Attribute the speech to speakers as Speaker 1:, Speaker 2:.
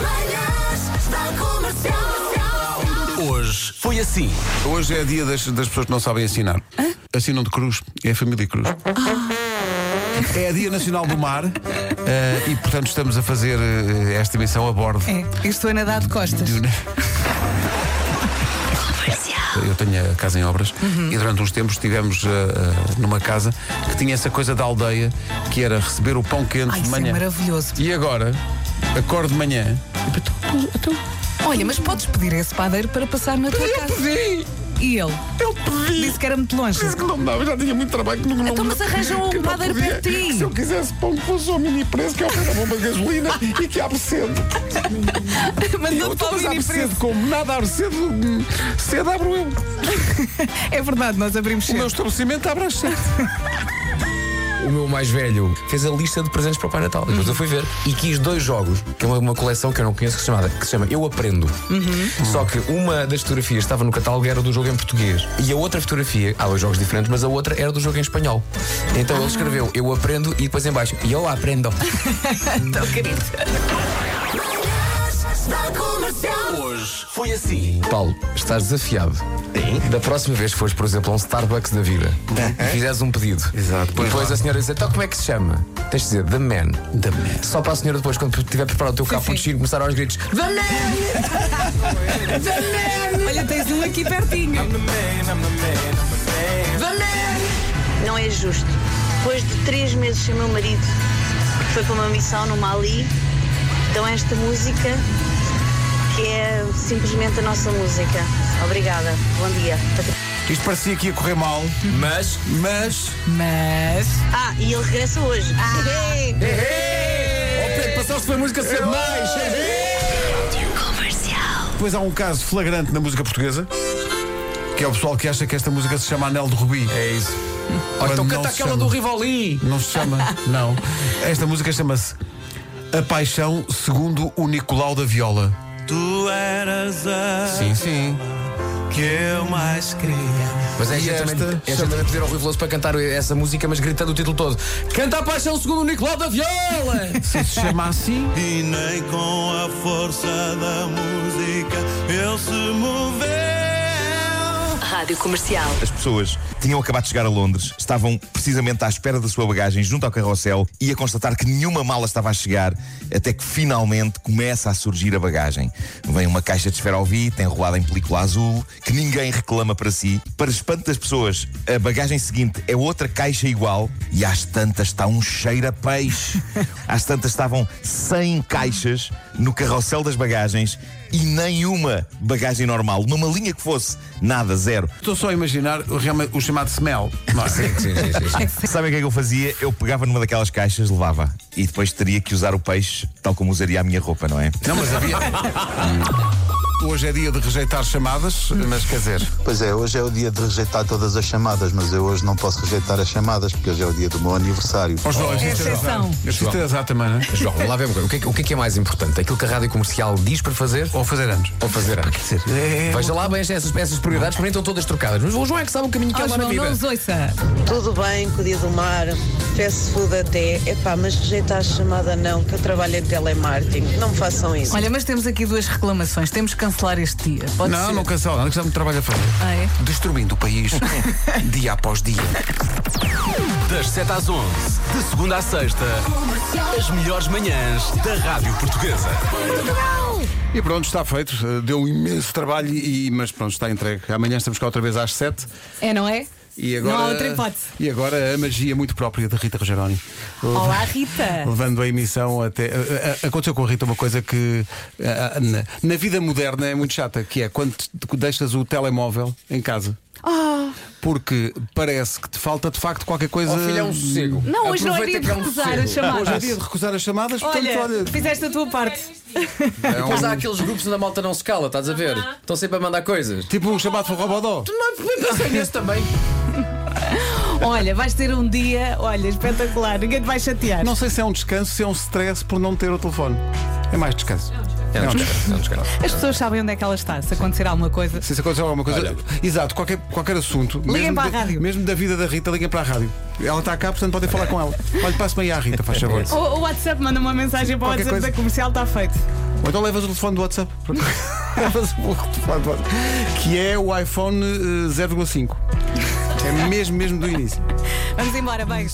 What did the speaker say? Speaker 1: Manhãs da Comercial.
Speaker 2: Hoje foi assim.
Speaker 3: Hoje é dia das, das pessoas que não sabem assinar. Assinam de cruz, é a família Cruz.
Speaker 4: Ah.
Speaker 3: É dia nacional do mar eh, e, portanto, estamos a fazer eh, esta emissão a bordo. um
Speaker 4: É, eu estou a nadar de costas.
Speaker 3: Eu tenho a casa em obras
Speaker 4: Uhum.
Speaker 3: e durante uns tempos estivemos eh, eh, numa casa que tinha essa coisa da aldeia que era receber o pão quente
Speaker 4: Ai,
Speaker 3: de
Speaker 4: isso é
Speaker 3: manhã.
Speaker 4: maravilhoso.
Speaker 3: e agora, acordo de manhã.
Speaker 4: Olha, mas podes pedir a esse padeiro para passar na tua casa.
Speaker 3: pedi!
Speaker 4: E ele
Speaker 3: Eu pedi!
Speaker 4: disse que era muito longe.
Speaker 3: que não me dava, já tinha muito trabalho que não
Speaker 4: Então, mas arranja um
Speaker 3: que não
Speaker 4: padeiro
Speaker 3: podia,
Speaker 4: para ti.
Speaker 3: que Se eu quisesse pão que fosse um mini preço, que é uma bomba de gasolina e que abre cedo. Eu
Speaker 4: Mandou-te
Speaker 3: estou
Speaker 4: para o
Speaker 3: mas
Speaker 4: mini
Speaker 3: abre
Speaker 4: preço.
Speaker 3: cedo, como nada abre cedo, hum, cedo abro eu.
Speaker 4: É verdade, nós abrimos
Speaker 3: O meu
Speaker 4: cedo.
Speaker 3: estabelecimento abre às cedo.
Speaker 2: O meu mais velho fez a lista de presentes para o Pai Natal. Depois eu fui ver. E quis dois jogos, que é uma, uma coleção que eu não conheço, que se, chamada, que se chama Eu Aprendo. Só que uma das fotografias estava no catálogo e era do jogo em português. E a outra fotografia, há dois jogos diferentes, mas a outra era do jogo em espanhol. Então ele escreveu Eu Aprendo e depois em baixo Eu Aprendo.
Speaker 1: Manhãs da Comercial.
Speaker 2: Paulo, estás desafiado. Sim. Da próxima vez que fores, por exemplo, a um Starbucks da vida e fizeres um pedido.
Speaker 3: Exato,
Speaker 2: E
Speaker 3: pois
Speaker 2: depois
Speaker 3: lá.
Speaker 2: a senhora diz, então como é que se chama? Tens de dizer The Man.
Speaker 3: The Man.
Speaker 2: Só para a senhora depois, quando tiver preparado o teu cappuccino, começar aos gritos The Man!
Speaker 4: Olha, tens um aqui pertinho.
Speaker 5: Não é justo. Depois de três meses sem meu marido, que foi para uma missão no Mali, dão esta música que é simplesmente a nossa música. Obrigada. Bom dia.
Speaker 3: Isto parecia que ia correr mal,
Speaker 2: Mas
Speaker 3: mas.
Speaker 4: Mas.
Speaker 5: Ah, e ele regressa hoje.
Speaker 2: passaste foi música sempre mais!
Speaker 3: Depois há um caso flagrante na música portuguesa. Que é o pessoal que acha que esta música se chama Anel de Rubi.
Speaker 2: É isso.
Speaker 3: Ora,
Speaker 2: Ou então
Speaker 3: não
Speaker 2: canta
Speaker 3: se
Speaker 2: aquela
Speaker 3: chama.
Speaker 2: do Rivoli.
Speaker 3: Não se chama, não. Esta música chama-se A Paixão segundo o Nicolau da Viola.
Speaker 6: Tu eras a
Speaker 3: Sim, sim.
Speaker 6: que eu mais queria.
Speaker 2: Mas é
Speaker 3: E
Speaker 2: exatamente
Speaker 3: esta
Speaker 2: é exatamente pedir ao Rui Veloso para cantar essa música, mas gritando o título todo. Canta a paixão segundo o Nicolau da Viola!
Speaker 3: Se se chama assim.
Speaker 6: E nem com a força da música ele se moveu.
Speaker 5: Rádio Comercial.
Speaker 7: As pessoas tinham acabado de chegar a Londres, estavam precisamente à espera da sua bagagem junto ao carrossel e a constatar que nenhuma mala estava a chegar, até que finalmente começa a surgir a bagagem. Vem uma caixa de esferovite enrolada em película azul, que ninguém reclama para si. Para espanto das pessoas, a bagagem seguinte é outra caixa igual e às tantas está um cheiro a peixe. Às tantas estavam 100 caixas no carrossel das bagagens e nenhuma bagagem normal, numa linha que fosse, nada, zero.
Speaker 3: Estou só a imaginar o, realmente, o chamado smell. não é?
Speaker 2: sim, sim, sim, sim.
Speaker 7: Sabe o que é que eu fazia? Eu pegava numa daquelas caixas, levava e depois teria que usar o peixe tal como usaria a minha roupa, não é?
Speaker 3: Não, mas havia. Hoje é dia de rejeitar chamadas, mas quer dizer.
Speaker 8: Pois é, hoje é o dia de rejeitar todas as chamadas, mas eu hoje não posso rejeitar as chamadas porque hoje é o dia do meu aniversário.
Speaker 3: Aos dois,
Speaker 4: É
Speaker 3: isto é
Speaker 4: exceção.
Speaker 3: exato. Isto é exato também, não é?
Speaker 2: João, vamos lá ver uma coisa. O que, é, que- o que é que é mais importante? Aquilo que a rádio comercial diz para fazer
Speaker 3: Ou fazer anos.
Speaker 2: ou fazer antes?
Speaker 3: É,
Speaker 2: Veja lá bem essas, essas prioridades, para mim estão todas trocadas. Mas o João é que sabe o caminho que
Speaker 4: Ó,
Speaker 2: ela na
Speaker 4: Ah, João, não
Speaker 2: vida.
Speaker 4: os ouça.
Speaker 5: Tudo bem com o dia do mar, fast food até. Epá, mas rejeitar a chamada não, que eu trabalho em telemarketing. Não me façam isso.
Speaker 4: Olha, mas temos aqui duas reclamações. Temos que cancelar este dia. Pode
Speaker 3: Não,
Speaker 4: ser?
Speaker 3: não cancela, não que está muito trabalho a fazer.
Speaker 4: Ah, é?
Speaker 3: Destruindo o país dia após dia.
Speaker 9: Das 7 às 11, de segunda à sexta, as melhores manhãs da Rádio Portuguesa.
Speaker 3: E pronto, está feito. Uh, Deu um imenso trabalho, e, mas pronto, está entregue. Amanhã estamos cá outra vez às 7.
Speaker 4: É, não é?
Speaker 3: E agora,
Speaker 4: Não há outra hipótese.
Speaker 3: E agora a magia muito própria de Rita Rogeroni.
Speaker 4: Olá, Rita.
Speaker 3: Levando a emissão até. a- a- Aconteceu com a Rita uma coisa que a- a- na, na vida moderna é muito chata, que é quando te- te deixas o telemóvel em casa.
Speaker 4: Ah.
Speaker 3: Porque parece que te falta de facto qualquer coisa.
Speaker 2: Ó, filho, é um sossego.
Speaker 4: Não, hoje não é dia
Speaker 2: Aproveita
Speaker 4: de
Speaker 2: que é um
Speaker 4: recusar as
Speaker 2: sossego.
Speaker 3: Hoje é
Speaker 4: chamadas.
Speaker 3: dia de recusar as chamadas, portanto, olha. é um
Speaker 4: Olha, fizeste a tua parte.
Speaker 2: E Depois há aqueles grupos onde a malta não se cala, estás a ver? Estão sempre a mandar coisas.
Speaker 3: Tipo um chamado Forrobodó.
Speaker 2: Pensei nesse também.
Speaker 4: Olha, vais ter um dia, olha, espetacular. Ninguém te vai chatear.
Speaker 3: Não sei se é um descanso, se é um stress por não ter o telefone. É mais descanso.
Speaker 2: É um
Speaker 3: Não,
Speaker 2: descanso, é um descanso.
Speaker 4: As pessoas sabem onde é que ela está, se acontecer alguma coisa.
Speaker 3: Se isso acontecer alguma coisa.
Speaker 2: Olha.
Speaker 3: Exato, qualquer, qualquer assunto.
Speaker 4: Liguem
Speaker 3: mesmo
Speaker 4: para a
Speaker 3: da,
Speaker 4: rádio.
Speaker 3: Mesmo da vida da Rita, liguem para a rádio. Ela está cá, portanto podem falar com ela. Olha, passe-me aí à Rita, faz favor.
Speaker 4: Ou o WhatsApp manda uma mensagem para o
Speaker 3: Qualquer
Speaker 4: WhatsApp
Speaker 3: coisa.
Speaker 4: da comercial, está feito.
Speaker 3: Ou então levas o telefone do WhatsApp. levas o telefone do WhatsApp. Que é o iPhone eh, 0,5. É mesmo, mesmo do início.
Speaker 4: Vamos embora, beijos.